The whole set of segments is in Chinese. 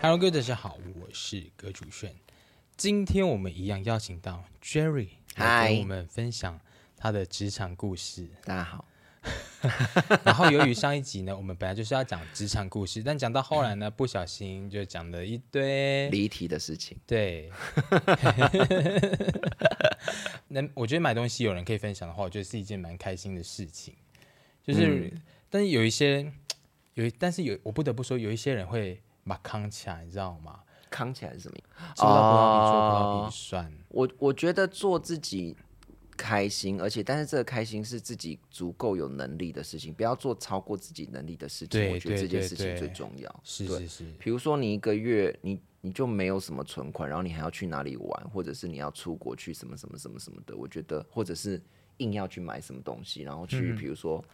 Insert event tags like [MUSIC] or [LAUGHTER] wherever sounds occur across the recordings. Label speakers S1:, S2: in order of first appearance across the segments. S1: Hello，各位大家好，我是葛主炫。今天我们一样邀请到 Jerry 来
S2: 嗨
S1: 跟我们分享他的职场故事。 [LAUGHS]
S2: 大家好，
S1: 然后由于上一集呢，我们本来就是要讲职场故事，但讲到后来呢，不小心就讲了一堆。
S2: 离题的事情，
S1: 对， [LAUGHS] 那我觉得买东西有人可以分享的话，我觉得是一件蛮开心的事情。就是，但是有一些，有一，但是有我不得不说，有一些人会把扛起来，你知道吗？
S2: 扛起来是什么意思？
S1: 吃不到葡萄皮，说葡萄
S2: 哦
S1: 皮酸。
S2: 我我觉得做自己开心，而且但是这个开心是自己足够有能力的事情，不要做超过自己能力的事情。
S1: 对
S2: 我觉得
S1: 对
S2: 这件
S1: 对
S2: 事情
S1: 对
S2: 最重要。
S1: 是
S2: 对
S1: 是是，
S2: 比如说你一个月你你就没有什么存款，然后你还要去哪里玩，或者是你要出国去什么什么什么什么的，我觉得或者是硬要去买什么东西，然后去比如说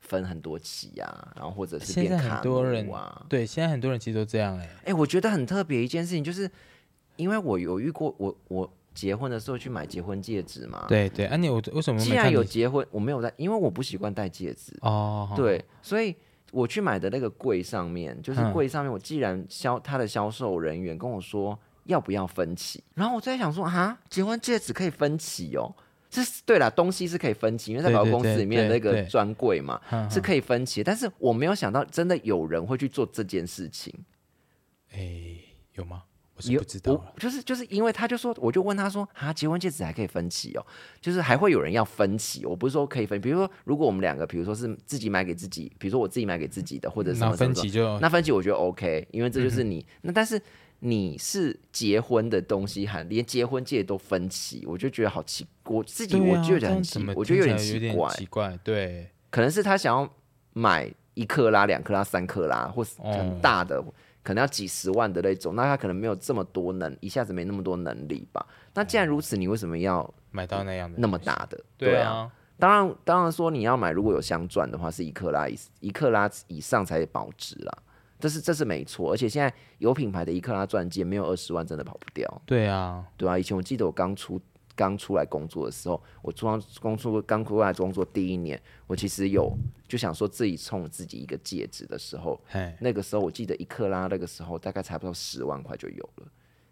S2: 分很多期啊，然后或者是
S1: 现
S2: 变
S1: 在
S2: 卡
S1: 很多人
S2: 奴啊，
S1: 对，现在很多人其实都这样哎、
S2: 哎、我觉得很特别一件事情，就是因为我有遇过，我我结婚的时候去买结婚戒指嘛。，
S1: 对对，安、啊、妮，我为什么
S2: 既
S1: 没
S2: 然
S1: 看
S2: 有
S1: 你？
S2: 结婚，我没有戴，因为我不习惯戴戒指。
S1: 哦，
S2: 对，所以我去买的那个柜上面，就是
S1: 嗯
S2: 柜上面，我既然销他的销售人员跟我说要不要分期，然后我在想说啊，结婚戒指可以分期哦。这是对啦，东西是可以分期，因为在
S1: 对
S2: 百货
S1: 对
S2: 公司
S1: 对
S2: 里面
S1: 对
S2: 那个
S1: 对
S2: 专柜嘛，是可以分期。但是我没有想到，真的有人会去做这件事情。
S1: 哎、有吗？我是
S2: 有
S1: 不知道啊
S2: 我
S1: 了。
S2: 就是就是因为他就说，我就问他说，啊，结婚戒指还可以分期哦，就是还会有人要分期。我不是说可以分，比如说如果我们两个，比如说是自己买给自己，比如说我自己买给自己的，或者什
S1: 那
S2: 么什
S1: 分
S2: 么什
S1: 歧
S2: 么，
S1: 就嗯
S2: 那分期我觉得 OK，因为这就是你。那但是你是结婚的东西，还连结婚戒都分期，我就觉得好奇，我自己
S1: 对
S2: 我
S1: 啊，
S2: 就
S1: 这
S2: 觉得
S1: 样
S2: 很
S1: 怎
S2: 奇
S1: 么，
S2: 我觉
S1: 听
S2: 得有
S1: 起来有
S2: 点奇
S1: 点
S2: 怪，
S1: 奇怪，对，
S2: 可能是他想要买一克拉、两克拉、三克拉，或是很大的，
S1: 哦
S2: 可能要几十万的那种。那他可能没有这么多能，一下子没那么多能力吧。那既然如此，你为什么要
S1: 买到那样的
S2: 那么
S1: 东西，
S2: 大的？
S1: 对啊，
S2: 当然，当然说你要买，如果有镶钻的话，是一克拉以一克拉以上才保值啦。这是这是没错，而且现在有品牌的一克拉钻戒没有二十万真的跑不掉，
S1: 对啊，
S2: 对啊，以前我记得我刚出刚出来工作的时候，我出刚工作刚出来工作第一年，我其实有就想说自己冲自己一个戒指的时候，
S1: 嘿，
S2: 那个时候我记得一克拉那个时候大概差不多十万块就有了，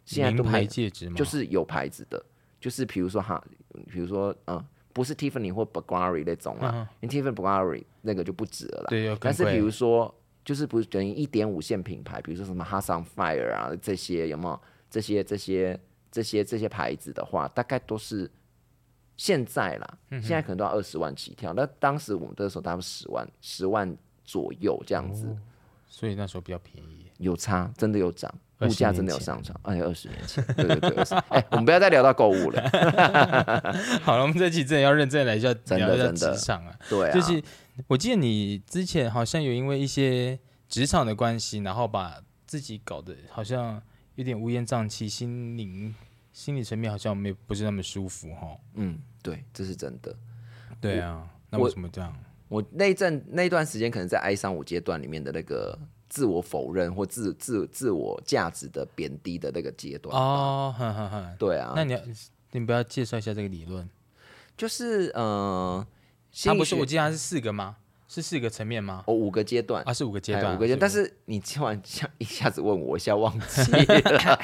S2: 现在
S1: 名
S2: 都没
S1: 牌
S2: 有
S1: 戒指吗？
S2: 就是有牌子的，就是比如说哈，比如说嗯，不是 Tiffany 或 Bulgari 那种
S1: 嗯
S2: 啦，因为 Tiffany Bulgari 那个就不值了啦。
S1: 对，有更
S2: 但是比
S1: 贵
S2: 如说，就是不是等于一点五线品牌，比如说什么 h u s on Fire 啊这些有没有？这些这些这些这些牌子的话，大概都是现在啦，
S1: 嗯
S2: 现在可能都要二十万起跳。那当时我们那时候大概十万十万左右这样
S1: 哦
S2: 子，
S1: 所以那时候比较便宜。
S2: 有差，真的有涨。
S1: 20
S2: 物价真的有上涨，哎，二十年前，对对对，二十，哎，我们不要再聊到购物了，
S1: [LAUGHS] 好了，我们这期真的要认真来一下
S2: 真的
S1: 聊一下
S2: 真的
S1: 职场啊，
S2: 对
S1: [LAUGHS]
S2: 啊，
S1: 就是我记得你之前好像有因为一些职场的关系，然后把自己搞得好像有点乌烟瘴气，心灵心理层面好像没有不是那么舒服哈。
S2: 嗯，对，这是真的。
S1: 对啊，那为什么这样？
S2: 我那一阵那一段时间，可能在哀伤五阶段里面的那个自我否认或自自自我价值的贬低的那个阶段。
S1: 哦，哼哼哼，
S2: 对啊，
S1: 那你要你不要介绍一下这个理论？
S2: 就是呃，
S1: 它
S2: 心理
S1: 不是，
S2: 学
S1: 我记得它是四个吗？是四个层面吗？
S2: 哦五个阶段，
S1: 啊，是五个阶段
S2: 哎
S1: 啊，
S2: 五个阶段。但是你今晚下一下子问我，我一下忘
S1: [LAUGHS]
S2: 记了。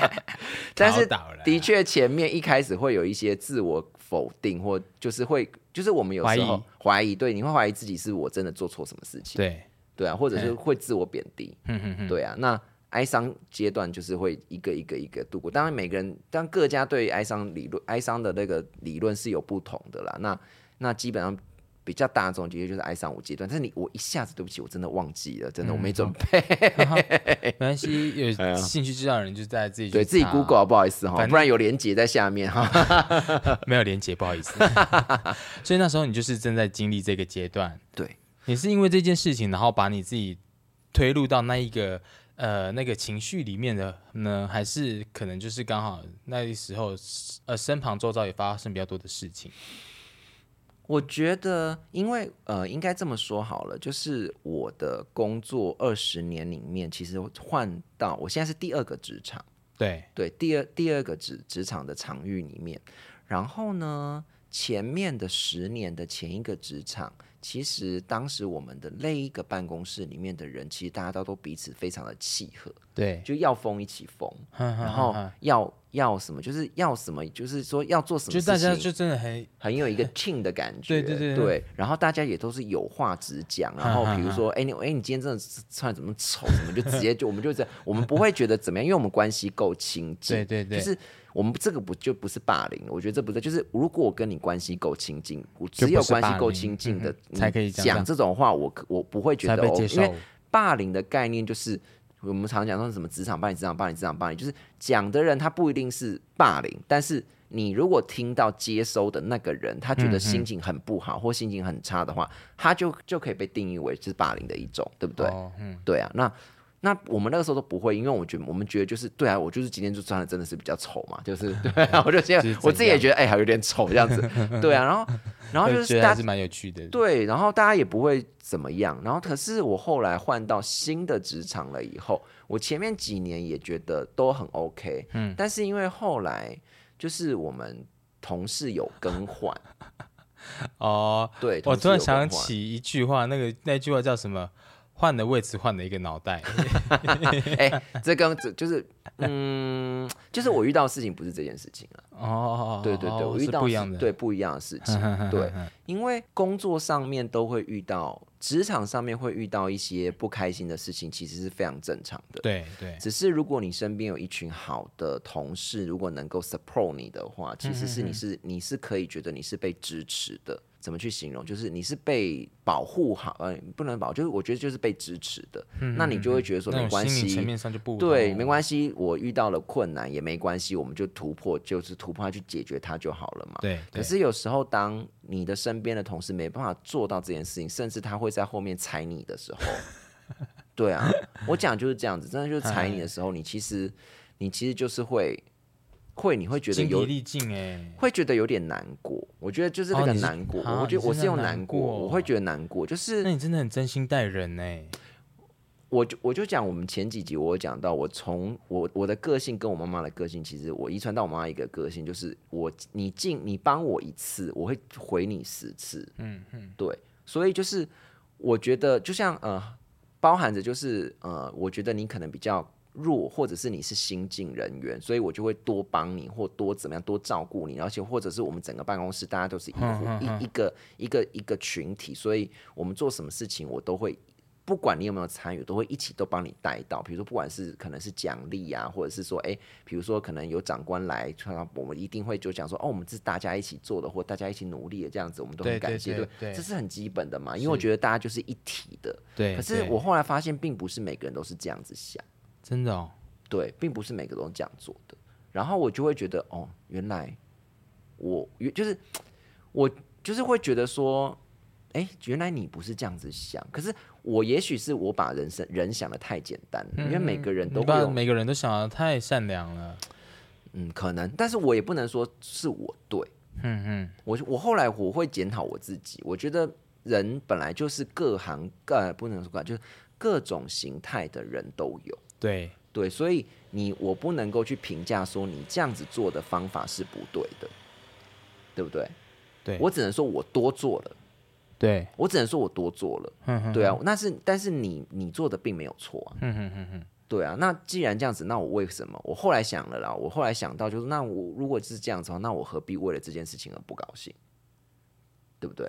S2: 但是
S1: 倒了，
S2: 的确，前面一开始会有一些自我否定，或就是会，就是我们有时候怀疑，对，你会怀疑自己是我真的做错什么事情，
S1: 对，
S2: 对啊，或者是会自我贬低，
S1: 嗯哼哼，
S2: 对啊，那哀伤阶段就是会一个一个一个度过。当然，每个人，当然各家对哀伤理论、哀伤的那个理论是有不同的啦。那那基本上比较大众，的确就是哀伤五阶段。但是你，我一下子对不起，我真的忘记了，真的、我没准备，
S1: 没关系，
S2: 哎
S1: 有
S2: 呀
S1: 兴趣知道的人就再自己去
S2: 对自己
S1: 查
S2: Google 啊不好意思哈，
S1: 反
S2: 不然有连结在下面哈。
S1: 没有连接，不好意思。 [LAUGHS] 所以那时候你就是正在经历这个阶段，
S2: [LAUGHS] 对，
S1: 你是因为这件事情，然后把你自己推入到那一个呃那个情绪里面的呢，还是可能就是刚好那时候呃身旁周遭也发生比较多的事情，
S2: 我觉得，因为呃，应该这么说好了，就是我的工作二十年里面，其实换到我现在是第二个职场。
S1: 对，
S2: 对，第二第二个职职场的场域里面，然后呢，前面的十年的前一个职场，其实当时我们的那一个办公室里面的人，其实大家都都彼此非常的契合，
S1: 对，
S2: 就要疯一起疯，
S1: 然
S2: 然后要要什么就是要什么，就是说要做什么
S1: 就
S2: 事情，
S1: 大家就真的很
S2: 很有一个 team 的感觉，
S1: 对对对
S2: 然后大家也都是有话直讲，然后比如说，哎你哎你今天真的穿得怎么丑，我们就直接就我们就这样，我们不会觉得怎么样，因为我们关系够亲近，
S1: 对对对
S2: 就是我们这个不就不是霸凌，我觉得这不是，就是如果我跟你关系够亲近，我
S1: 就
S2: 只
S1: 不
S2: 有
S1: 是
S2: 关
S1: 霸
S2: 系够
S1: 凌
S2: 亲近的
S1: 嗯哼才可以讲这样
S2: 讲这种话，我可我不会觉
S1: 才
S2: 得
S1: 被
S2: 哦
S1: 接
S2: 因为
S1: 受，
S2: 霸凌的概念就是我们常讲说什么职场霸凌、职场霸凌、职场霸凌，就是讲的人他不一定是霸凌，但是你如果听到接收的那个人，他觉
S1: 嗯
S2: 得心情很不好或心情很差的话，他就就可以被定义为是霸凌的一种，对不对？
S1: 哦，嗯，
S2: 对啊，那那我们那个时候都不会，因为我觉得我们觉得就是对啊，我就是今天就穿的真的是比较丑嘛，就是对啊，我就觉
S1: 就是
S2: 得我自己也
S1: 怎样
S2: 觉得哎、还有点丑这
S1: [LAUGHS]
S2: 样子，对啊，然后然后就
S1: 我 [LAUGHS] 觉
S2: 是
S1: 得
S2: 大
S1: 还是蛮有趣的，
S2: 对，然后大家也不会怎么样。然后可是我后来换到新的职场了以后，我前面几年也觉得都很 OK，嗯，但是因为后来就是我们同事有更换，
S1: 哦，
S2: 对，
S1: [LAUGHS]
S2: 同
S1: 我
S2: 事
S1: 突然
S2: 有更
S1: 想
S2: 换，
S1: 起一句话，那个那句话叫什么？换了位置，换了一个脑
S2: [LAUGHS]
S1: 袋。
S2: 哎、这跟这就是嗯，就是我遇到的事情不是这件事情了，
S1: 哦，
S2: 对对对，
S1: 哦
S2: 我遇
S1: 是
S2: 到
S1: 不一
S2: 是
S1: 样的，
S2: 对不一样的事
S1: [LAUGHS]
S2: 情，对，因为工作上面都会遇到，职场上面会遇到一些不开心的事情，其实是非常正常的。
S1: 对对，
S2: 只是如果你身边有一群好的同事，如果能够 support 你的话，其实
S1: 嗯
S2: 是你是你是可以觉得你是被支持的。怎么去形容？就是你是被保护好，呃，不能保，就是我觉得就是被支持的。
S1: 嗯
S2: 那你就会觉得说
S1: 那
S2: 没
S1: 种
S2: 关
S1: 心理层
S2: 系，
S1: 面上就不
S2: 对，没
S1: 系。
S2: 关系，我遇到了困难也没关系，我们就突破，就是突破它去解决它就好了嘛。
S1: 对，
S2: 可
S1: 对
S2: 是有时候，当你的身边的同事没办法做到这件事情，甚至他会在后面踩你
S1: [LAUGHS]
S2: 的时候，对啊，我讲就是这样子，真的就是踩
S1: 哎
S2: 你的时候，你其实你其实就是会会你会觉得
S1: 精疲
S2: 有
S1: 力尽哎，
S2: 会觉得有点难过，我觉得就是那
S1: 哦
S2: 个
S1: 你是
S2: 难过，
S1: 啊
S2: 我觉得
S1: 你
S2: 我
S1: 是
S2: 是用
S1: 那
S2: 难
S1: 难
S2: 过，
S1: 过
S2: 我会觉得难过，就是
S1: 那你真的很真心待人哎，
S2: 我就我就讲，我们前几集我有讲到，我从我我的个性跟我妈妈的个性，其实我遗传到我妈妈一个个性，就是我你进你帮我一次，我会回你十次。嗯嗯，对，所以就是我觉得，就像呃，包含着就是呃，我觉得你可能比较弱，或者是你是新进人员，所以我就会多帮你或多怎么样多照顾你，而且或者是我们整个办公室大家都是一户、
S1: 嗯
S2: 一一个一个一个群体，所以我们做什么事情我都会不管你有没有参与，都会一起都帮你带到。比如说，不管是可能是奖励啊，或者是说，哎，比如说可能有长官来，他我们一定会就讲说，哦，我们这是大家一起做的，或大家一起努力的这样子，我们都
S1: 对
S2: 很感
S1: 对
S2: 谢。
S1: 对对
S2: 这是很基本的嘛，因为我觉得大家就是一体的。
S1: 对。
S2: 可是
S1: 对
S2: 我后来发现，并不是每个人都是这样子想，
S1: 真的哦，
S2: 对，并不是每个都这样做的。然后我就会觉得，哦，原来我原就是我就是会觉得说，哎，原来你不是这样子想。可是我也许是我把人生人想的太简单了，因为每个人都
S1: 嗯你
S2: 会
S1: 把
S2: 有
S1: 每个人都想的太善良了。
S2: 嗯可能，但是我也不能说是我对，
S1: 嗯
S2: 我我后来我会检讨我自己，我觉得人本来就是各行各、呃、不能说各行，就是各种形态的人都有。
S1: 嗯，对，
S2: 对，所以你我不能够去评价说你这样子做的方法是不对的，对不对？
S1: 对
S2: 我只能说我多做了，
S1: 对，
S2: 我只能说我多做了，
S1: 嗯哼，
S2: 对啊，那是但是你你做的并没有错啊，
S1: 嗯哼哼哼，
S2: 对啊，那既然这样子，那我为什么？我后来想了啦，我后来想到就是，那我如果是这样子的话，那我何必为了这件事情而不高兴，对不对？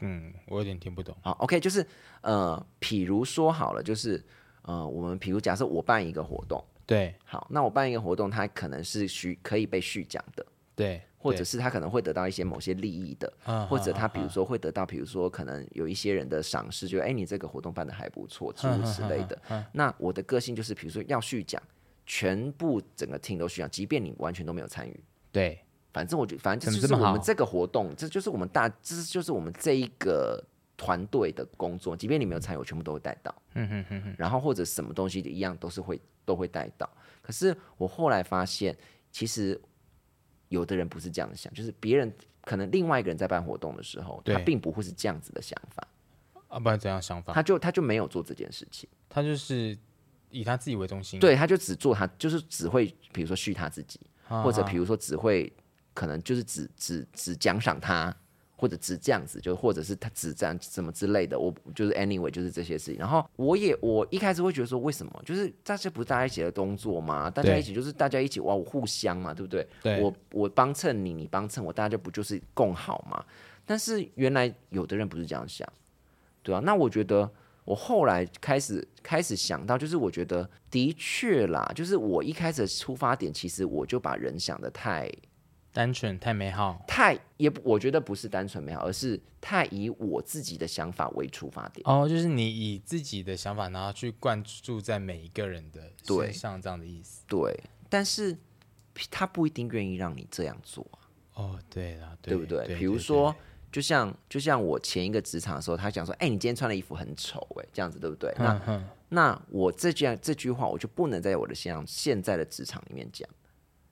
S1: 嗯，我有点听不懂。
S2: 好，OK，就是呃，譬如说好了，就是呃，我们譬如假设我办一个活动。
S1: 对
S2: 好，那我办一个活动，它可能是续可以被续奖的，
S1: 对，
S2: 或者是它可能会得到一些某些利益的，
S1: 啊
S2: 或者它比如说会得到，比如说可能有一些人的赏识，就哎你这个活动办的还不错，诸如此类的。那我的个性就是，比如说要续奖，全部整个 team 都续奖，即便你完全都没有参与。
S1: 对
S2: 反正我就反正
S1: 怎么
S2: 这就
S1: 这
S2: 是
S1: 么
S2: 我
S1: 好
S2: 们这个活动，这就是我们大，这就是我们这一个团队的工作。即便你没有参与，我全部都会带到。嗯哼哼然后或者什么东西一样都是会都会带到。可是我后来发现，其实有的人不是这样想，就是别人可能另外一个人在办活动的时候，他
S1: 对
S2: 并不会是这样子的想法，
S1: 啊，不然怎样想法？
S2: 他就他就没有做这件事情，
S1: 他就是以他自己为中心。
S2: 对，他就只做他就是只会比如说续他自己，
S1: 啊，
S2: 或者
S1: 啊
S2: 比如说只会可能就是只只只奖赏他，或者只这样子，就或者是他只这样什么之类的。我就是 anyway 就是这些事情。然后我也我一开始会觉得说为什么，就是大家不是大家一起的工作吗？大家一起就是大家一起哇，我互相嘛，对不对？
S1: 对
S2: 我我帮衬你，你帮衬我，大家不就是共好嘛？但是原来有的人不是这样想，对啊。那我觉得我后来开始开始想到，就是我觉得的确啦，就是我一开始的出发点，其实我就把人想的太
S1: 单纯太美好
S2: 太也不，我觉得不是单纯美好，而是太以我自己的想法为出发点。
S1: 哦，就是你以自己的想法，然后去灌注在每一个人的
S2: 对
S1: 身上，这样的意思。
S2: 对，但是他不一定愿意让你这样做啊、
S1: 哦，对啦，
S2: 对
S1: 对
S2: 不对？比如说，，就像就像我前一个职场的时候，他讲说：“哎、你今天穿的衣服很丑、哎，这样子对不对？”那
S1: 嗯哼，
S2: 那我这句这句话我就不能在我的现场现在的职场里面讲，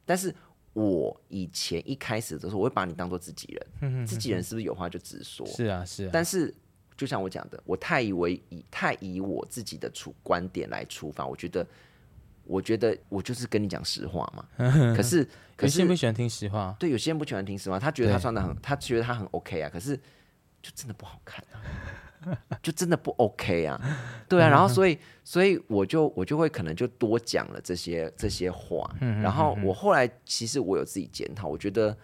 S2: 但是我以前一开始的时候，我会把你当做自己
S1: 嗯
S2: 人，自己人是不是有话就直说？
S1: 是啊，是啊，
S2: 但是就像我讲的，我太以为以太以我自己的出观点来出发，我觉得，我觉得我就是跟你讲实话
S1: [LAUGHS]
S2: 嘛。可是，可
S1: 有些人不
S2: 是，
S1: 喜欢听实话，
S2: 对有些人不喜欢听实话，他觉得他
S1: 啊对
S2: 穿的很，他觉得他很 OK 啊，可是就真的不好看啊，就真的不 OK 啊，对啊。然后所以，所以我就我就会可能就多讲了这些这些话。然后我后来其实我有自己检讨，我觉得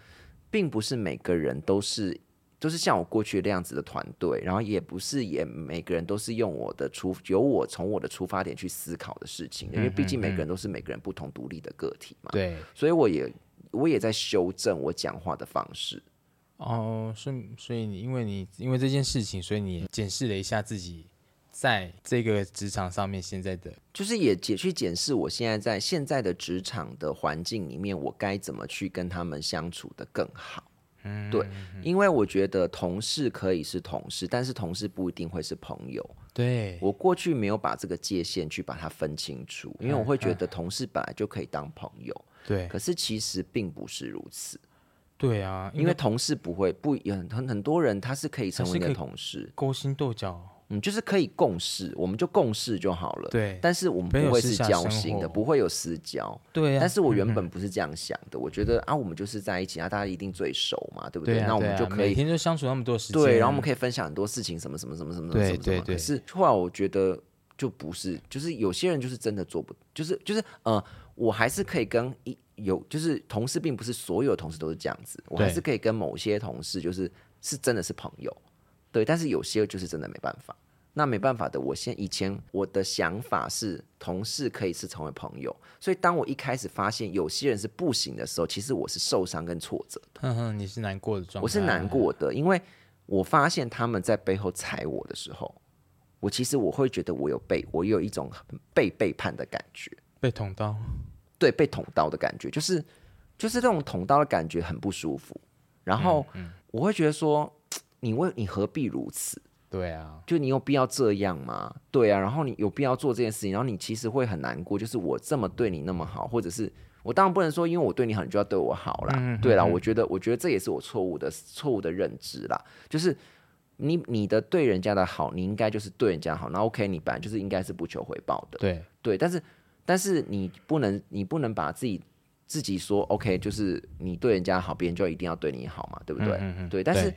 S2: 并不是每个人都是都是像我过去那样子的团队，然后也不是也每个人都是用我的出由我从我的出发点去思考的事情的，因为毕竟每个人都是每个人不同独立的个体嘛。
S1: 对，
S2: 所以我也我也在修正我讲话的方式。
S1: 哦，是，所以你因为你因为这件事情，所以你检视了一下自己在这个职场上面现在的，
S2: 就是也也去检视我现在在现在的职场的环境里面，我该怎么去跟他们相处的更好。嗯，对，因为我觉得同事可以是同事，但是同事不一定会是朋友。
S1: 对，
S2: 我过去没有把这个界限去把它分清楚，因为我会觉得同事本来就可以当朋友，
S1: 对，
S2: 可是其实并不是如此，
S1: 对啊，
S2: 因为同事不会不有很很很多人他是可以成为你
S1: 他
S2: 的
S1: 是可
S2: 同事，
S1: 勾心斗角，
S2: 嗯，就是可以共事，我们就共事就好了。
S1: 对
S2: 但是我们
S1: 不要
S2: 不
S1: 有
S2: 会
S1: 私
S2: 是
S1: 下
S2: 交
S1: 生
S2: 心的，
S1: 活
S2: 不会有私交。
S1: 对啊，
S2: 但是我原本不是这样想的，我觉得啊，我们就是在一起啊，大家一定最熟嘛，对不
S1: 对啊，
S2: 那我们
S1: 对啊
S2: 就可以
S1: 每天都相处那么多时间，
S2: 对，然后我们可以分享很多事情，什么什么什么什么什么
S1: 对
S2: 什么什么。
S1: 对对
S2: 可是后来我觉得就不是，就是有些人就是真的做不，就是就是呃，我还是可以跟一有就是同事，并不是所有同事都是这样子，我还
S1: 对
S2: 是可以跟某些同事就是是真的是朋友，对，但是有些就是真的没办法。那没办法的，我先以前我的想法是，同事可以是成为朋友，所以当我一开始发现有些人是不行的时候，其实我是受伤跟挫折的
S1: 哼哼，你是难过的状态，啊
S2: 我是难，过的，因为我发现他们在背后踩我的时候，我其实我会觉得我有被，我有一种很被背叛的感觉，
S1: 被捅刀，
S2: 对，被捅刀的感觉，就是就是这种捅刀的感觉很不舒服。然后我会觉得说，你为你何必如此？
S1: 对啊，
S2: 就你有必要这样吗？对啊，然后你有必要做这件事情，然后你其实会很难过，就是我这么对你那么好，或者是我当然不能说因为我对你好，你就要对我好啦。对啦，我觉得我觉得这也是我错误的错误的认知啦，就是你你的对人家的好，你应该就是对人家好，那 OK，你本来就是应该是不求回报的，
S1: 对，
S2: 对，但是但是你不能你不能把自己自己说 OK，就是你对人家好，别人就一定要对你好嘛，对不对？
S1: 嗯
S2: 嗯对，但是
S1: 对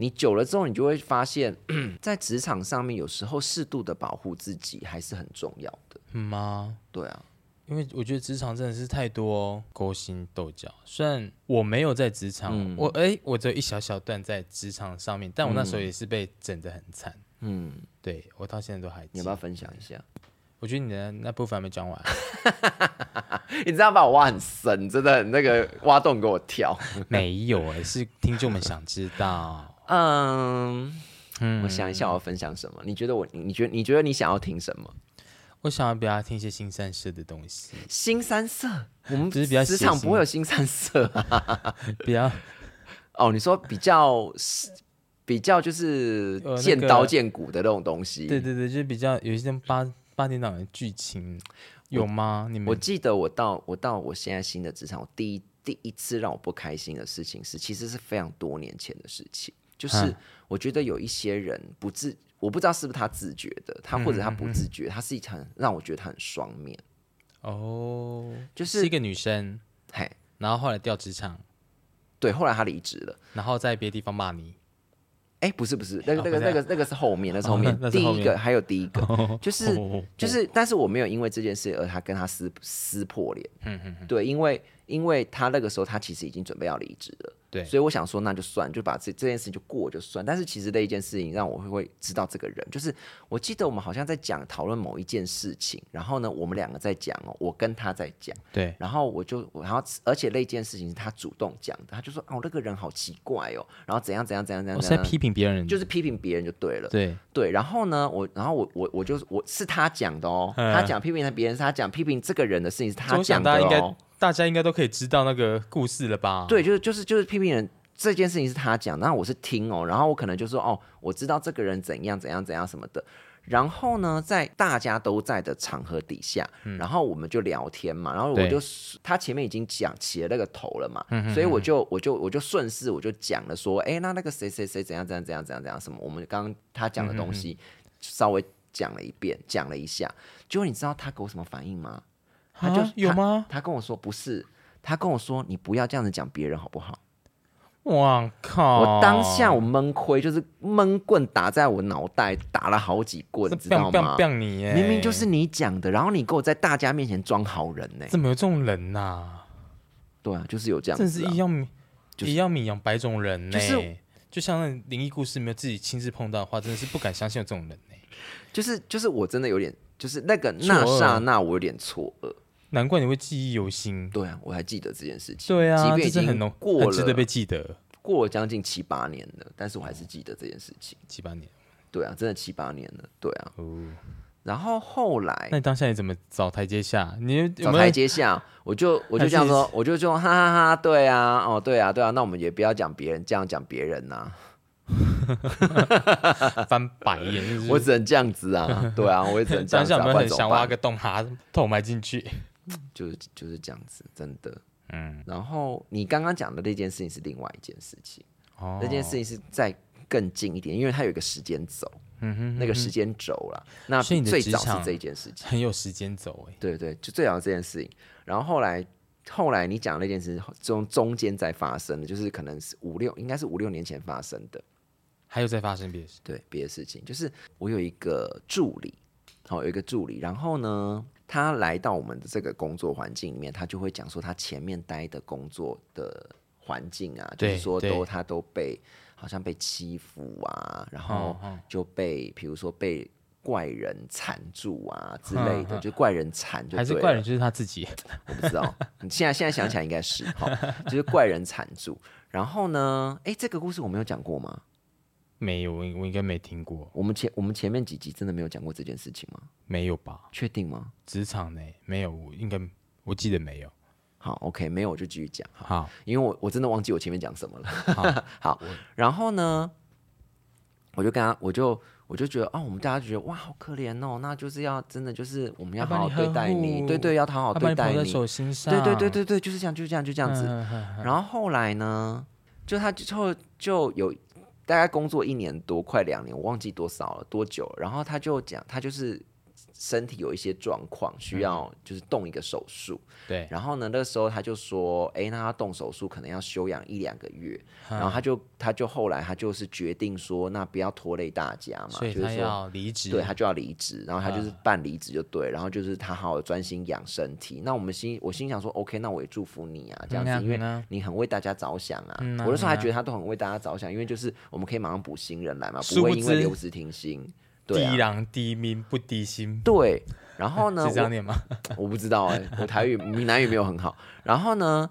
S2: 你久了之后，你就会发现，在职场上面，有时候适度的保护自己还是很重要的。
S1: 嗯吗？
S2: 对啊，
S1: 因为我觉得职场真的是太多勾心斗角。虽然我没有在职场，
S2: 嗯
S1: 我哎、我只有一小小段在职场上面，但我那时候也是被整得很惨。
S2: 嗯，
S1: 对我到现在都还记
S2: 你要不
S1: 得。
S2: 要分享一下？ [LAUGHS]
S1: 我觉得你的那部分还没讲完， [LAUGHS]
S2: 你知道把我挖很深，真的很那个挖洞给我跳。
S1: 没有哎、是听众们想知道。 [LAUGHS]
S2: 嗯，我想一下我要分享什么？你觉得我？你觉得你觉得你想要听什么？
S1: 我想要不要听一些新三社的东西， [LAUGHS]
S2: 新三色，我们
S1: 就是比较
S2: 职
S1: 血
S2: 场不
S1: 腥
S2: 会有新三色啊。 [LAUGHS]
S1: 比较
S2: 哦，你说比较是比较就是
S1: 呃那
S2: 见
S1: 个
S2: 刀见骨的那种东西。
S1: 对对对，就是比较有一些八八点档的剧情有吗？你
S2: 我
S1: 们
S2: 记得我到我到我现在新的职场，我第一第一次让我不开心的事情是，其实是非常多年前的事情，就是
S1: 嗯
S2: 我觉得有一些人不自，我不知道是不是他自觉的，他或者
S1: 嗯
S2: 他不自觉，他是一很让我觉得他很双面，
S1: 哦，
S2: 就是
S1: 一个女生，
S2: 嘿，
S1: 然后后来调职场，
S2: 对，后来他离职了。
S1: 然后在别的地方骂你，
S2: 哎，不是不是，那
S1: 哦
S2: 个那个
S1: 不是
S2: 那个那个是后面，
S1: [LAUGHS]
S2: 那是后
S1: 哦
S2: 面
S1: 那，那是
S2: 第
S1: 后
S2: 一
S1: 面
S2: 个还有第一个就是
S1: 哦 [LAUGHS]
S2: 就是，但是我没有因为这件事而他跟他撕撕破脸，
S1: 嗯嗯，
S2: 对，因为因为他那个时候他其实已经准备要离职了，
S1: 对
S2: 所以我想说那就算，就把这这件事就过就算。但是其实那一件事情让我会会知道这个人，就是我记得我们好像在讲讨论某一件事情，然后呢我们两个在讲哦，我跟他在讲，
S1: 对，
S2: 然后我就我然后而且那件事情是他主动讲的，他就说哦那个人好奇怪哦，然后怎样怎样怎样怎样
S1: 哦我是
S2: 怎
S1: 在
S2: 样，
S1: 批评别人，
S2: 就是批评别人就对了。
S1: 对，
S2: 对，然后呢，我然后我我我就我是他讲的哦，
S1: 嗯
S2: 他讲批评的别人是他讲批评这个人的事情是他
S1: 我想
S2: 讲的
S1: 大家应
S2: 哦
S1: 该，大家应该都可以知道那个故事了吧？，
S2: 对，就是就是就是批评人这件事情是他讲，那我是听哦，然后我可能就说哦，我知道这个人怎样怎样怎样什么的。然后呢，在大家都在的场合底下，然后我们就聊天嘛，然后我
S1: 对
S2: 就他前面已经讲起了那个头了嘛，所以我就我就我就顺势我就讲了说，哎，那那个谁谁谁怎样怎样怎样怎样怎样什么，我们刚刚他讲的东西稍微讲了一遍，讲了一下，结果你知道他给我什么反应吗？他就
S1: 啊，有吗？
S2: 他跟我说不是，他跟我说你不要这样子讲别人好不好？
S1: 哇靠！
S2: 我当下我闷亏，就是闷棍打在我脑袋，打了好几棍，知道吗？
S1: 彪你耶，
S2: 明明就是你讲的，然后你给我在大家面前装好人呢、
S1: 怎么有这种人呐、
S2: 对啊，就是有这样
S1: 真是
S2: 子、啊
S1: 一。样米、
S2: 就是
S1: 一样米养百种人呢、
S2: 就是
S1: 就像那灵异故事，没有自己亲自碰到的话，真的是不敢相信有这种人呢、
S2: 就是就是我真的有点，就是那个
S1: 愕
S2: 那刹那我有点错愕。
S1: 难怪你会记忆犹新。
S2: 对啊，我还记得这件事情。
S1: 对
S2: 即
S1: 啊，
S2: 便
S1: 这
S2: 已
S1: 是
S2: 经
S1: 很浓，
S2: 过
S1: 很值得
S2: 了
S1: 被记得。
S2: 过了将近七八年了，但是我还是记得这件事情。
S1: 七八年
S2: 对啊，真的七八年了。对啊，
S1: 哦，
S2: 然后后来
S1: 那你当下你怎么找台阶下？你有有
S2: 找
S1: 没
S2: 台
S1: 有？
S2: 阶下，我就我就这样说，我就说哈哈哈，对啊，哦对啊对啊，那我们也不要讲别人这样讲别人啊呐、
S1: 翻白眼？就是
S2: 我只能这样
S1: [LAUGHS]
S2: 子啊，对啊，我也只能这
S1: 当
S2: 样子、
S1: 下
S2: 啊，
S1: 有没有
S2: 不
S1: 很
S2: 然怎
S1: 想
S2: 么
S1: 挖
S2: 办？
S1: 个洞 [LAUGHS] 把它头埋进去？
S2: 就是就是这样子，真的。
S1: 嗯，
S2: 然后你刚刚讲的那件事情是另外一件事情，
S1: 哦
S2: 那件事情是再更近一点，因为它有一个时间轴，
S1: 嗯哼
S2: 那个时间轴啦。那
S1: 所以你的
S2: 最
S1: 职
S2: 早是
S1: 场
S2: 这一件事情，
S1: 很有时间走哎、
S2: 对对，就最早这件事情。然后后来后来你讲的那件事中中间再发生的，就是可能是五六应该是五六年前发生的。
S1: 还有在发生别的事，
S2: 对别的事情，就是我有一个助理，好、有一个助理，然后呢，他来到我们的这个工作环境里面，他就会讲说他前面待的工作的环境啊，就是
S1: 对
S2: 说
S1: 对
S2: 都他都被好像被欺负啊，然后
S1: 嗯嗯
S2: 就被比如说被怪人缠住啊之类
S1: 嗯
S2: 的，
S1: 嗯
S2: 就怪人缠就
S1: 还是
S2: 对
S1: 怪
S2: 了
S1: 人就是他自己，
S2: 我不知道， [LAUGHS] 你现在现在想起来应该是哈、就是怪人缠住。然后呢，哎，这个故事我没有讲过吗？
S1: 没有，我应我应该没听过，
S2: 我们前我们前面几集真的没有讲过这件事情吗？
S1: 没有吧？
S2: 确定吗？
S1: 职场呢？没有，我应该我记得没有。
S2: 好，OK，没有我就继续讲，
S1: 好，
S2: 因为我我真的忘记我前面讲什么了。 [LAUGHS] 好，然后呢，我就跟他，我就我就觉得，哦，我们大家就觉得哇，好可怜哦，那就是要真的就是我们要
S1: 要把
S2: 好好
S1: 你
S2: 对
S1: 呵
S2: 待你，
S1: 护
S2: 对对，要好好
S1: 他把
S2: 哦对
S1: 你
S2: 待
S1: 捧在
S2: 你，
S1: 手心上，嗯
S2: 对对对对对，就是这样，就是这样，就这
S1: 这
S2: 样子。然后后来呢，就他之后就有大概工作一年多，快两年，我忘记多少了，多久了。然后他就讲，他就是身体有一些状况，需
S1: 嗯
S2: 要就是动一个手术。
S1: 对，
S2: 然后呢，那时候他就说，诶，那他动手术可能要休养一两个月。
S1: 嗯
S2: 然后他就他就后来他就是决定说，那不要拖累大家嘛，
S1: 所以
S2: 就是
S1: 他
S2: 说
S1: 要离职，
S2: 对他就要离职，然后他就是办离职就对，然后就是他好好专心养身体。那我们心我心想说，OK，那我也祝福你啊，这样子，
S1: 嗯啊
S2: 因为
S1: 嗯啊
S2: 你很为大家着想啊。
S1: 嗯啊
S2: 我那时候
S1: 嗯
S2: 还
S1: 啊
S2: 觉得他都很为大家着想，因为就是我们可以马上补新人来嘛，
S1: 殊
S2: 不会
S1: 不
S2: 因为
S1: 知
S2: 留职停薪。对
S1: 低
S2: 啊，
S1: 狼低命不低薪，
S2: 对。然后
S1: [LAUGHS]
S2: 呢，
S1: 是这样
S2: 我
S1: 念吗？
S2: 我不知道哎、我台语、闽南语没有很好。然后呢，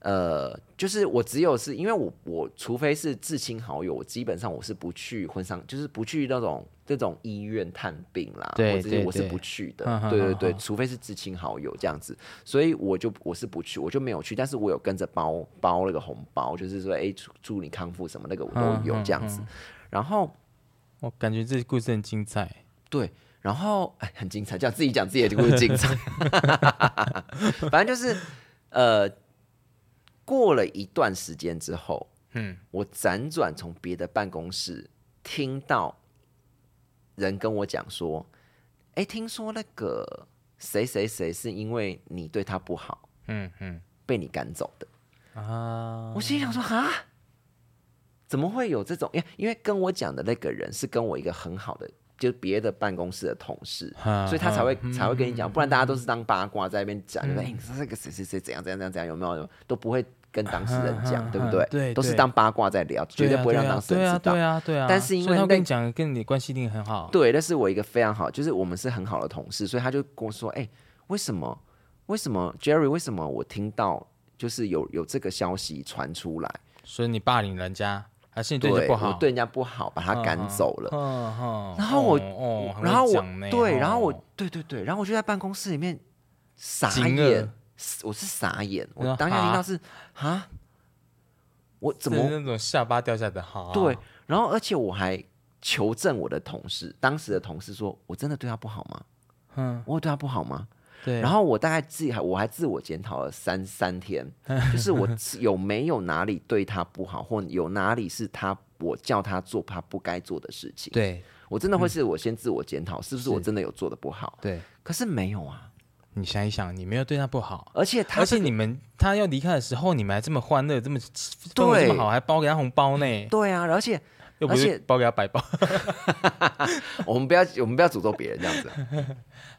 S2: 呃，就是我只有是因为我我除非是至亲好友，我基本上我是不去婚丧，就是不去那种这种医院探病啦，
S1: 对
S2: 我这些
S1: 对
S2: 我是
S1: 对嗯
S2: 不去
S1: 哼
S2: 的。
S1: 哼
S2: 对对
S1: 哼
S2: 对，
S1: 哼
S2: 除非是至亲好友这样子，所以我就我是不去，我就没有去。但是我有跟着包包那个红包，就是说哎、祝祝你康复什么那个我都有
S1: 嗯嗯
S2: 这样子。然后
S1: 我感觉这故事很精彩，
S2: 对，然后哎，很精彩，叫自己讲自己的故事精彩。 [LAUGHS] 反正就是呃，过了一段时间之后，
S1: 嗯，
S2: 我辗转从别的办公室听到人跟我讲说，哎，听说那个谁谁谁是因为你对他不好，
S1: 嗯嗯，
S2: 被你赶走的。
S1: 啊，
S2: 我心里想说啊，怎么会有这种？因因为跟我讲的那个人是跟我一个很好的，就别的办公室的同事，
S1: 啊
S2: 所以他才会
S1: 嗯
S2: 才会跟你讲，不然大家都是当八卦在那边讲，就说哎，你知道那个谁谁谁怎样怎样怎样怎样，有没有？都不会跟当事人讲，
S1: 嗯
S2: 对
S1: 嗯
S2: 不
S1: 嗯
S2: 对？
S1: 对
S2: 都是
S1: 对
S2: 当八卦在聊，绝对不会让当事
S1: 对
S2: 人
S1: 啊
S2: 知道
S1: 对。啊啊对啊，
S2: 但是因为
S1: 所以他
S2: 那
S1: 跟你讲，跟你的关系一定很好。
S2: 对，那是我一个非常好，就是我们是很好的同事，所以他就跟我说：“哎、为什么？为什么 Jerry？为什么我听到就是有有这个消息传出来？
S1: 所以你霸凌人家，还是你
S2: 对
S1: 人家不
S2: 我
S1: 好？
S2: 对人家不好，把他赶
S1: 嗯
S2: 走了。
S1: 嗯哼。
S2: 然后我
S1: 哦，哦很会
S2: 然后我
S1: 讲呢
S2: 对，然后
S1: 哦
S2: 我对对对，然后我就在办公室里面傻
S1: 惊愕
S2: 眼，是我是傻眼，
S1: 你
S2: 我
S1: 说
S2: 当下听
S1: 哈
S2: 到是啊，我怎
S1: 是
S2: 么
S1: 那种下巴掉下来的哈？
S2: 对？然后而且我还求证我的同事，当时的同事说我真的对他不好吗？
S1: 嗯，
S2: 我有对他不好吗？
S1: 对。
S2: 然后我大概自己还我还自我检讨了三三天，
S1: [LAUGHS]
S2: 就是我有没有哪里对他不好，或有哪里是他我叫他做他不该做的事情。
S1: 对
S2: 我真的会是我先自我检讨，是不嗯是
S1: 是
S2: 我真的有做的不好？
S1: 对，
S2: 可是没有啊，
S1: 你想一想，你没有对他不好，
S2: 而且他
S1: 而且
S2: 是
S1: 你们他要离开的时候，你们还这么欢乐，这么氛围这么
S2: 对
S1: 好，还包给他红包呢，
S2: 对啊，而 [LAUGHS] 且
S1: 又不
S2: 而且
S1: 是包给他白包。 [LAUGHS]
S2: 我们不要我们不要诅咒别人这样子。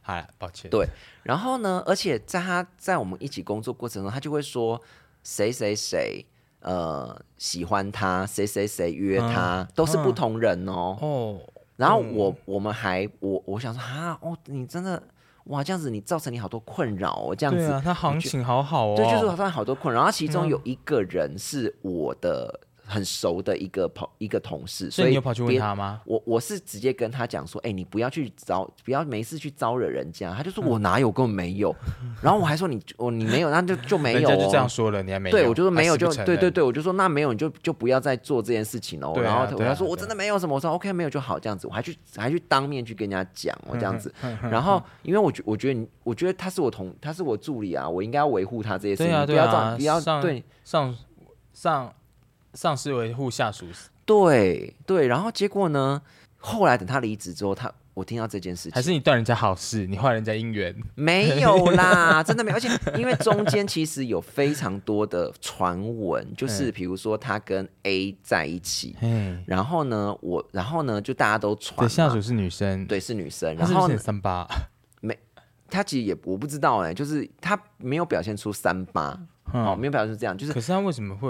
S1: 好了，抱歉。
S2: [LAUGHS] 对然后呢，而且在他在我们一起工作过程中，他就会说谁谁谁呃喜欢他，谁谁谁约他，都是不同人哦。
S1: 哦，
S2: 然后我、我们还我我想说啊哦，你真的哇这样子，你造成你好多困扰哦，这样
S1: 对
S2: 子。
S1: 啊，他行情好好哦。
S2: 对，就是我发现好多困扰，然后其中
S1: 嗯
S2: 有一个人是我的很熟的一个朋一个同事，
S1: 所
S2: 所
S1: 以
S2: 以
S1: 你有跑去问
S2: 别
S1: 他吗？
S2: 我我是直接跟他讲说，哎、你不要去招，不要没事去招惹人家。他就
S1: 嗯
S2: 说我哪有，根本没有。然后我还说你我你没有，那就就没
S1: 人
S2: 有、
S1: 家就这样
S2: 哦。
S1: 说了，你还没有？
S2: 对，我就说
S1: 还
S2: 没有，
S1: 死不
S2: 就
S1: 承
S2: 对对
S1: 认，
S2: 对，我就说那没有，你就就不要再做这件事情哦。
S1: 对啊
S2: 然后他
S1: 对啊
S2: 他说
S1: 对啊
S2: 我真的没有什么，我说 OK 没有就好这样子，我还去还去当面去跟人家讲哦这样子。
S1: 嗯
S2: 然后因为我觉我觉得你我觉得他是我同他是我助理啊，我应该要维护他这些事
S1: 对
S2: 情，
S1: 啊
S2: 你不
S1: 对
S2: 要
S1: 啊
S2: 这样不
S1: 上
S2: 要对
S1: 上上上司维护下属，
S2: 对对。然后结果呢，后来等他离职之后，他我听到这件事情
S1: 还。是你断人家好事，你坏人家姻缘？
S2: 没有啦，真的没有。而且因为中间其实有非常多的传闻，
S1: [LAUGHS] 嗯
S2: 就是比如说他跟 A 在一起，
S1: [LAUGHS] 嘿，
S2: 然后呢，我然后呢就大家都传
S1: 对，
S2: 嘛
S1: 下属是女生，，
S2: 对是女生，
S1: 她
S2: 然
S1: 是不
S2: 后
S1: 是
S2: 呢
S1: 很三
S2: [LAUGHS]
S1: 八？
S2: 他其实也我不知道哎、就是他没有表现出三八，哦，
S1: 嗯，
S2: 没有表现出这样，就是
S1: 可是她为什么会？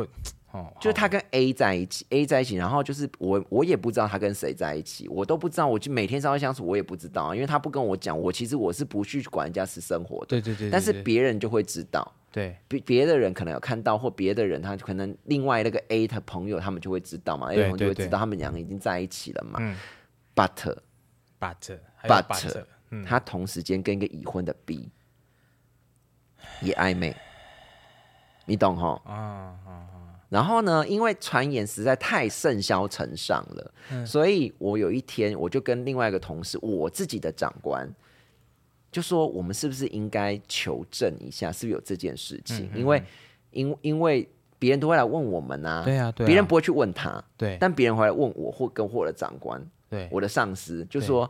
S1: 哦，
S2: 就是
S1: 好
S2: 他跟 A 在一起，A 在一起，然后就是我我也不知道他跟谁在一起，我都不知道，我就每天稍微相处我也不知道啊，因为他不跟我讲，我其实我是不去管人家私生活的，
S1: 对对对，
S2: 但是
S1: 对
S2: 别人就会知道。
S1: 对
S2: 别别的人可能有看到，或别的人他可能另外那个 A 的朋友他们就会知道嘛，A
S1: 对
S2: 的朋友就
S1: 对
S2: 会知
S1: 对
S2: 道他们两个已经在一起了嘛。
S1: 嗯
S2: But
S1: ，but 还有
S2: But
S1: but，嗯，
S2: 他同时间跟一个已婚的 B 也暧昧，你懂吼？
S1: 啊
S2: 然后呢，因为传言实在太盛嚣尘上了，
S1: 嗯
S2: 所以我有一天我就跟另外一个同事，我自己的长官。就说我们是不是应该求证一下，是不是有这件事
S1: 嗯
S2: 情？因为，因因为别人都会来问我们呐、
S1: 对啊对啊，
S2: 别人不会去问他，
S1: 对
S2: 但别人会来问我或跟我的长官，
S1: 对
S2: 我的上司就
S1: 对
S2: 说：“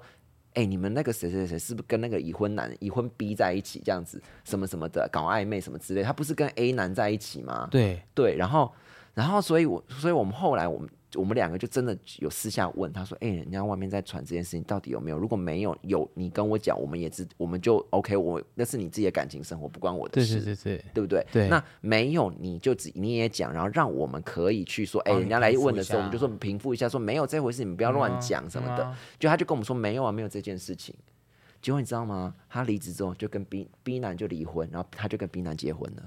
S2: 哎、你们那个谁谁谁是不是跟那个已婚男、已婚 B 在一起这样子，什么什么的，搞暧昧什么之类？他不是跟 A 男在一起吗？”
S1: 对，
S2: 对，然后，然后，所以我，所以我们后来，我们我们两个就真的有私下问他说：“哎、人家外面在传这件事情，到底有没有？如果没有，有你跟我讲，我们也知，我们就 OK 我。那是你自己的感情生活，不关我的
S1: 对
S2: 事。
S1: 对对对，
S2: 对不对？
S1: 对
S2: 那没有你就只你也讲，然后让我们可以去说，哎、
S1: 帮你
S2: 人家来
S1: 平复
S2: 问
S1: 一
S2: 的时候，
S1: 下
S2: 我们就说平复一下，说没有这回事，你们不要乱讲什么的。
S1: 嗯啊
S2: 就他就跟我们说没有啊，没有这件事情。结果你知道吗？他离职之后就跟 B B 男就离婚，然后他就跟 B 男结婚了，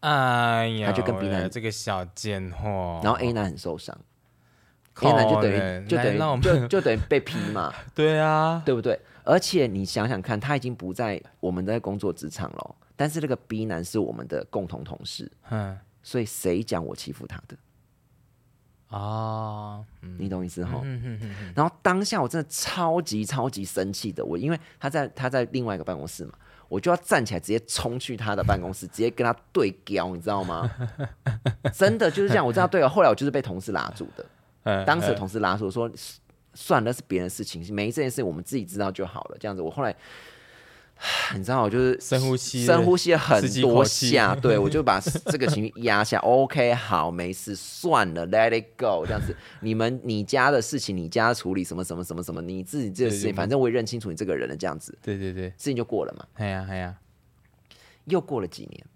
S1: 哎呀，
S2: 他就跟
S1: 我
S2: 别
S1: 的
S2: 人
S1: 这个小贱货，
S2: 然后 A 男很受伤、
S1: 哦靠
S2: a 男就等
S1: 人
S2: 于就
S1: 来让我
S2: 等于
S1: 们
S2: 就就等于被批
S1: [LAUGHS]
S2: 嘛，
S1: 对啊，
S2: 对不对？而且你想想看，他已经不在我们的工作职场了，但是那个 B 男是我们的共同同事，
S1: 嗯
S2: 所以谁讲我欺负他的？
S1: 啊，
S2: 你懂意思哈？
S1: 嗯哼哼哼，
S2: 然后当下我真的超级超级生气的，我因为他在他在另外一个办公室嘛，我就要站起来直接冲去他的办公室，直接跟他对飙，你知道吗？ [LAUGHS] 真的就是这样，我这样对了。后来我就是被同事拉住的，
S1: 嗯
S2: 当时的同事拉住我说：“算了，那是别人的事情，没这件事我们自己知道就好了。”这样子，我后来 [SIGHS] 你知道，我就是
S1: 深呼吸
S2: 深呼吸很
S1: 自己
S2: 多
S1: 口气
S2: 下，对
S1: [LAUGHS]
S2: 我就把这个情绪压下。OK，好，没事，算了，Let it go，这样子。你们你家的事情，你家处理什么什么什么什么，你自己这个事
S1: 对
S2: 情，
S1: 对
S2: 反正我也认清楚你这个人了，这样子，
S1: 对对对，
S2: 事情就过了嘛。
S1: 哎呀哎呀，
S2: 又过了几年，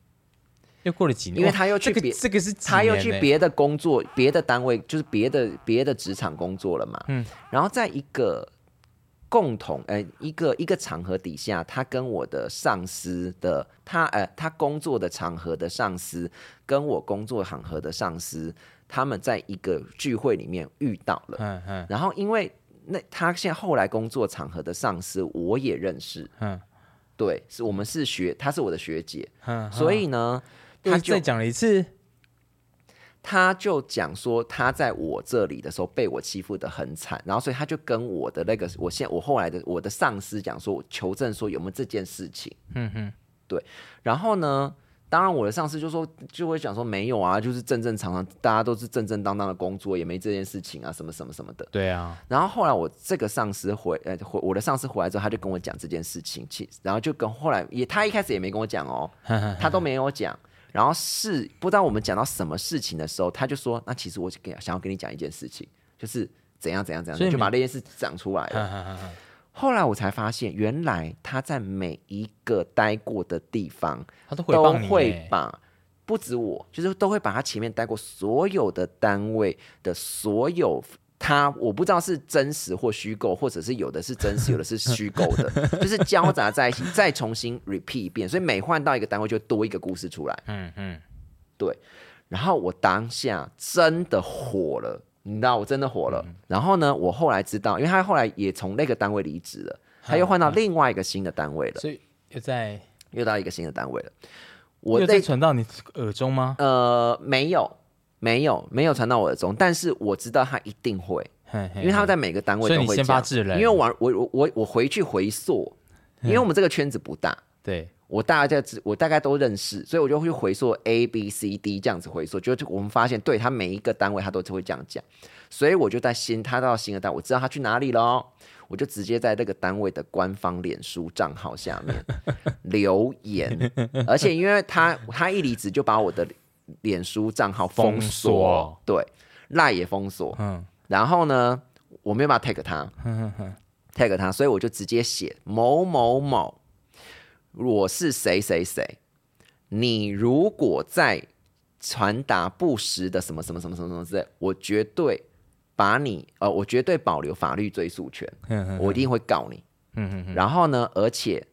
S1: 又过了几年，
S2: 因为
S1: 哇
S2: 他又去
S1: 这
S2: 别
S1: 个这个是几
S2: 他又
S1: 年
S2: 去
S1: 嘞
S2: 别的工作、别的单位，就是别的别的职场工作了嘛。
S1: 嗯
S2: 然后在一个共同呃一个一个场合底下，他跟我的上司的他呃他工作的场合的上司，跟我工作场合的上司，他们在一个聚会里面遇到了。
S1: 嗯嗯
S2: 然后因为那他现在后来工作场合的上司我也认识，
S1: 嗯
S2: 对，是我们是学，她是我的学姐，
S1: 嗯，
S2: 所
S1: 嗯
S2: 以呢，
S1: 又
S2: 他就
S1: 再讲了一次，
S2: 他就讲说他在我这里的时候被我欺负的很惨，然后所以他就跟我的那个我现我后来的我的上司讲说，我求证说有没有这件事情。
S1: 嗯哼，
S2: 然后呢，当然我的上司就说就会讲说没有啊，就是正正常常，大家都是正正当当的工作，也没这件事情啊，什么什么什么的。
S1: 对啊，
S2: 然后后来我这个上司回呃回我的上司回来之后，他就跟我讲这件事情，其然后就跟后来也他一开始也没跟我
S1: [LAUGHS]
S2: 讲哦，他都没有讲。然后是不知道我们讲到什么事情的时候，他就说：“那其实我给想要跟你讲一件事情，就是怎样怎样怎
S1: 所以
S2: 样，
S1: 你啊
S2: 就把那件事讲出来
S1: 嗯
S2: 了。后来我才发现，原来他在每一个待过的地方，
S1: 他都回
S2: 都
S1: 谤你
S2: 会
S1: 耶，
S2: 把不止我，就是都会把他前面待过所有的单位的所有他，我不知道是真实或虚构，或者是有的是真实，有的是虚构的，就是交杂在一起，再重新 repeat 一遍，所以每换到一个单位就多一个故事出来。
S1: 嗯嗯，
S2: 然后我当下真的火了，你知道，我真的火
S1: 嗯
S2: 了。然后呢，我后来知道，因为他后来也从那个单位离职了，
S1: 嗯
S2: 他又换到另外一个新的单位了，
S1: 所以又在
S2: 又到一个新的单位了。我
S1: 又
S2: 那
S1: 在传到你耳中吗？
S2: 呃，没有，没有，没有传到我的中，但是我知道他一定会，
S1: 因
S2: 因为他在每个单位
S1: 所以
S2: 都
S1: 你
S2: 会
S1: 先
S2: 讲
S1: 发制人
S2: 因为我我我我我回去回溯，因为我们这个圈子不大，
S1: 对，
S2: 我大概知我大概都认识，所以我就会去回溯 A B C D 这样子回溯，就就我们发现，对他每一个单位他都会这样讲，所以我就在新他到新的单位，我知道他去哪里喽，我就直接在那个单位的官方脸书账号下
S1: [LAUGHS]
S2: 面留言，而且因为他他一离职就把我的脸书账号封
S1: 封
S2: 锁，
S1: 锁
S2: 对，赖也封锁，
S1: 嗯
S2: 然后呢，我没有办法 tag 他，
S1: 嗯嗯
S2: tag 他，所以我就直接写某某某，我是谁谁谁，你如果再传达不实的什么什么什么什么什么之类，我绝对把你呃，我绝对保留法律追诉权，
S1: 嗯嗯
S2: 我一定会告你。
S1: 嗯嗯，
S2: 然后呢，而且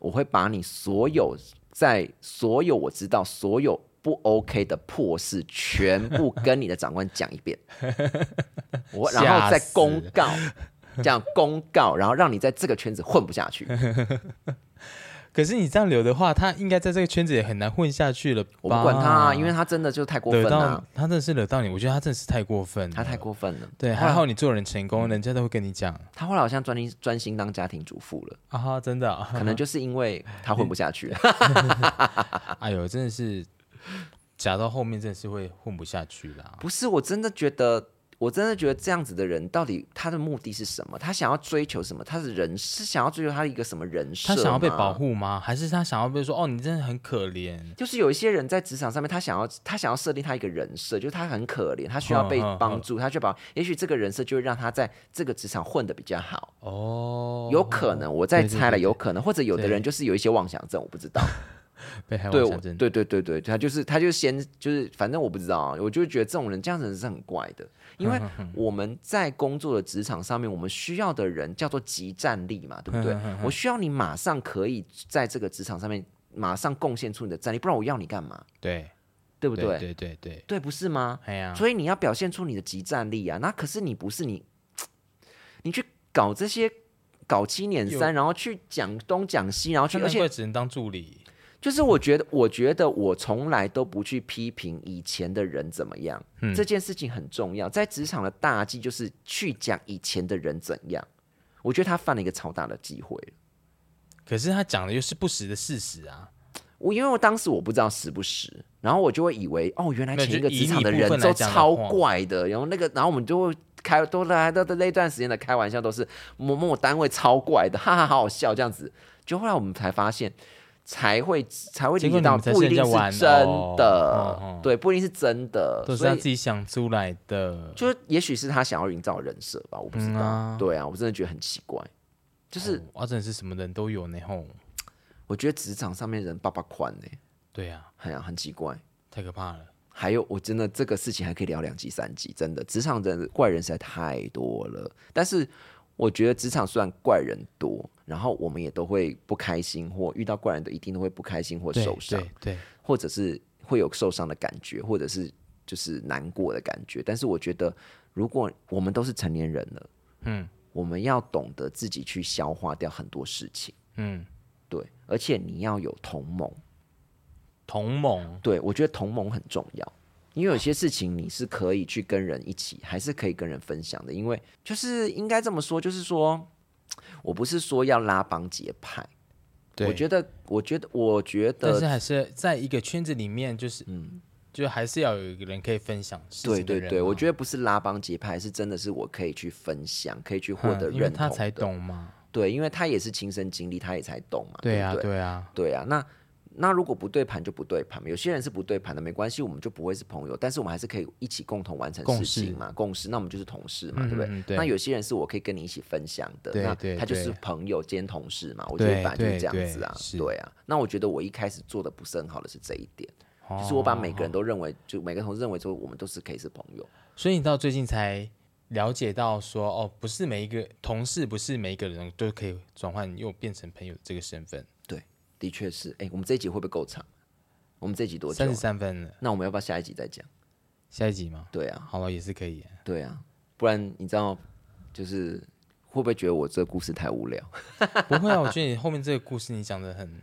S2: 我会把你所有在所有我知道所有不 OK 的破事，全部跟你的长官讲一
S1: [LAUGHS]
S2: 遍，我然后
S1: 吓
S2: 再
S1: 死
S2: 公告，这样公告，然后让你在这个圈子混不下去。
S1: 可是你这样留的话，他应该在这个圈子也很难混下去了吧？
S2: 我不管他、啊，因为他真的就太过分
S1: 惹
S2: 了、
S1: 到他真的是惹到你，我觉得他真的是太过分了，
S2: 他太过分了。
S1: 对，
S2: 后来
S1: 还好你做人成功，人家都会跟你讲
S2: 他后来好像专心专心当家庭主妇
S1: [LAUGHS]
S2: 了，
S1: 啊哈，真的啊，
S2: 可能就是因为他混不下
S1: [LAUGHS]
S2: 去。
S1: 哎呦，真的是夹到后面真的是会混不下去啦。
S2: 不是，我真的觉得，我真的觉得这样子的人，到底他的目的是什么？他想要追求什么？他的人是想要追求他的一个什么人设？
S1: 他想要被保。护吗？还是他想要被说哦，你真的很可怜？
S2: 就是有一些人在职场上面，他想要他想要设定他一个人设，就是他很可怜，他需要被
S1: 嗯嗯嗯
S2: 帮助，他需要保。也许这个人设就会让他在这个职场混得比较好，
S1: 哦，
S2: 有可能我在
S1: 对对
S2: 猜了，
S1: 对
S2: 有可能，或者有的
S1: 对
S2: 人就是有一些妄想症，我不知道。
S1: 被害
S2: 对
S1: 妄
S2: 我
S1: 想症。
S2: 对对对对，他就是他就先就是，反正我不知道啊，我就觉得这种人这样子是很怪的，因 [LAUGHS] 为我们在工作的职场上面，我们需要的人叫做集战力嘛，对不 [LAUGHS] 对？我需要你马上可以在这个职场上面马上贡献出你的战力，不然我要你干嘛？
S1: 对
S2: 对不
S1: 对
S2: 对？对啊
S1: 对对对，
S2: 不是吗？
S1: 哎呀，
S2: 所以你要表现出你的集战力啊，那可是你不是你，你去搞这些。搞七撵三，然后去讲东讲西，然后去，
S1: 他
S2: 而
S1: 难
S2: 且
S1: 怪只能当助理。
S2: 就是我觉得，我觉得我从来都不去批评以前的人怎么样，这件事情很重要。在职场的大忌就是去讲以前的人怎样，我觉得他犯了一个超大的忌讳。
S1: 可是他讲的又是不实的事实啊，
S2: 我因为我当时我不知道实不实，然后我就会以为哦，原来
S1: 没有
S2: 前一个
S1: 就以
S2: 职场
S1: 你
S2: 的
S1: 部
S2: 人
S1: 分来
S2: 都
S1: 讲的
S2: 超
S1: 话
S2: 怪的，然后那个，然后我们就会开都来都那段时间的开玩笑都是某某单位超怪的，哈哈，好好笑这样子。就后来我们才发现，才会才会
S1: 结
S2: 理
S1: 果
S2: 解
S1: 你们
S2: 到
S1: 才
S2: 不一
S1: 是
S2: 定
S1: 人
S2: 是
S1: 家玩
S2: 真
S1: 哦
S2: 的
S1: 哦，哦
S2: 对，不一定是真的，
S1: 都是
S2: 所
S1: 他
S2: 以
S1: 自己想出来的，
S2: 就是也许是他想要营造人设吧，我不知
S1: 嗯
S2: 道。
S1: 啊
S2: 对啊，我真的觉得很奇怪，就是、
S1: 哦啊，真的是什么人都有呢吼。
S2: 我觉得职场上面人爸爸宽呢、
S1: 对啊，
S2: 很很奇怪。
S1: 太可怕了。
S2: 还有，我真的这个事情还可以聊两集、三集，真的，职场人怪人实在太多了。但是我觉得职场虽然怪人多，然后我们也都会不开心，或遇到怪人都一定都会不开心或
S1: 对
S2: 受伤，
S1: 对对，
S2: 或者是会有受伤的感觉，或者是就是难过的感觉。但是我觉得，如果我们都是成年人了，
S1: 嗯
S2: 我们要懂得自己去消化掉很多事情，
S1: 嗯，
S2: 对，而且你要有同盟。
S1: 同盟
S2: 对，我觉得同盟很重要，因为有些事情你是可以去跟人一起，还是可以跟人分享的。因为就是应该这么说，就是说我不是说要拉帮结派，
S1: 对，
S2: 我觉得，我觉得，我觉
S1: 但是
S2: 得，
S1: 还是在一个圈子里面，就是
S2: 嗯，
S1: 就还是要有一个人可以分享事
S2: 对
S1: 情的
S2: 对
S1: 人啊
S2: 对，
S1: 嘛嗯
S2: 我觉得不是拉帮结派，是真的是我可以去分享，可以去获
S1: 嗯
S2: 得
S1: 因为
S2: 认同、
S1: 他才，懂嘛。
S2: 对，因为他也是亲身经历，他也才懂嘛，
S1: 对
S2: 不
S1: 啊
S2: 对
S1: 对啊，
S2: 对啊，那那如果不对盘就不对盘嘛，有些人是不对盘的，没关系，我们就不会是朋友，但是我们还是可以一起共同完成
S1: 共
S2: 事
S1: 事
S2: 情嘛，共事，那我们就是同事嘛，
S1: 嗯
S2: 对不
S1: 嗯嗯
S2: 对？
S1: 对
S2: 那有些人是我可以跟你一起分享的，
S1: 对
S2: 那
S1: 对
S2: 他就是
S1: 对
S2: 朋友兼同事嘛，我觉得
S1: 对
S2: 本来就是
S1: 对
S2: 这
S1: 对
S2: 样子啊，
S1: 是
S2: 对啊。那我觉得我一开始做的不是很好的是这一点，
S1: 就
S2: 就是我把每个人
S1: 哦
S2: 都认为，就每个同事认为说我们都是可以是朋友，
S1: 所以你到最近才了解到说，哦，不是每一个同事，不是每一个人都可以转换又变成朋友这个身份。
S2: 的确是。哎、我们这一集会不会够长？我们这一集多久
S1: 三
S2: 啊、
S1: 十三分了，
S2: 那我们要不要下一集再讲？
S1: 下一集吗？
S2: 对啊，
S1: 好了，也是可以。
S2: 对啊，不然你知道，就是会不会觉得我这个故事太无聊？
S1: 不会啊，我觉得你后面这个故事你讲的很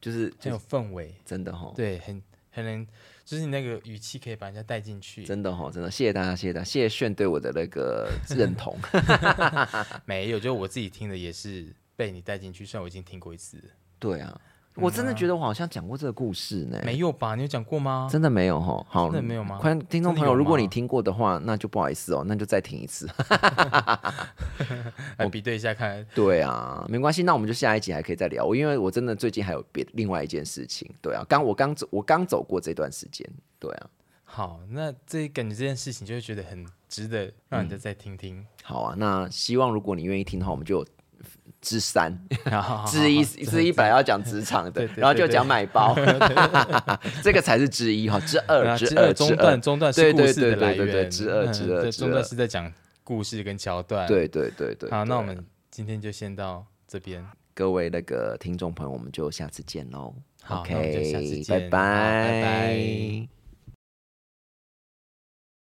S2: 就是
S1: 很有氛围，
S2: 真的哈，
S1: 对，很很能，就是你那个语气可以把人家带进去。
S2: 真的哈，真的，谢谢大家，谢谢大家，谢谢炫对我的那个认同。 [LAUGHS]
S1: 没有，就我自己听的也是被你带进去，虽然我已经听过一次了，
S2: 对啊，我真的觉得我好像讲过这个故事呢，
S1: 嗯没有吧？你有讲过吗？
S2: 真的没有哈。好，
S1: 真的没有吗
S2: 快，听众朋
S1: 真的有
S2: 友，
S1: 吗
S2: 如果你听过的话，那就不好意思哦，那就再听一次。 [LAUGHS]
S1: 来比对一下看，
S2: 对啊，没关系，那我们就下一集还可以再聊。因为我真的最近还有别另外一件事情，对啊，刚我刚走，我刚走过这段时间，对啊，
S1: 好，那这感觉这件事情就会觉得很值得让
S2: 嗯
S1: 人家再听
S2: [LAUGHS]
S1: 听。
S2: 好啊，那希望如果你愿意听的话，我们就有之三。
S1: 好好啊好
S2: 之一之一本来要讲职场的
S1: 对对，对
S2: 然后就讲买
S1: [LAUGHS]
S2: 包，这个才是之一哈。之二
S1: 啊
S2: 之
S1: 之
S2: 二
S1: 中
S2: 之二
S1: 段，中段是
S2: 对
S1: 故
S2: 对
S1: 事的
S2: 对
S1: 来
S2: 对对
S1: 源，
S2: 对，之二
S1: 嗯
S2: 之二
S1: 对
S2: 之
S1: 中段
S2: 二，
S1: 是在讲故事跟桥段。，
S2: 对对对对。
S1: 好，
S2: 对
S1: 那我们今天就先到这边。
S2: 各位那个听众朋友，我们就下次见喽。
S1: 好那我们就下次
S2: OK，
S1: 见
S2: 拜
S1: 好拜拜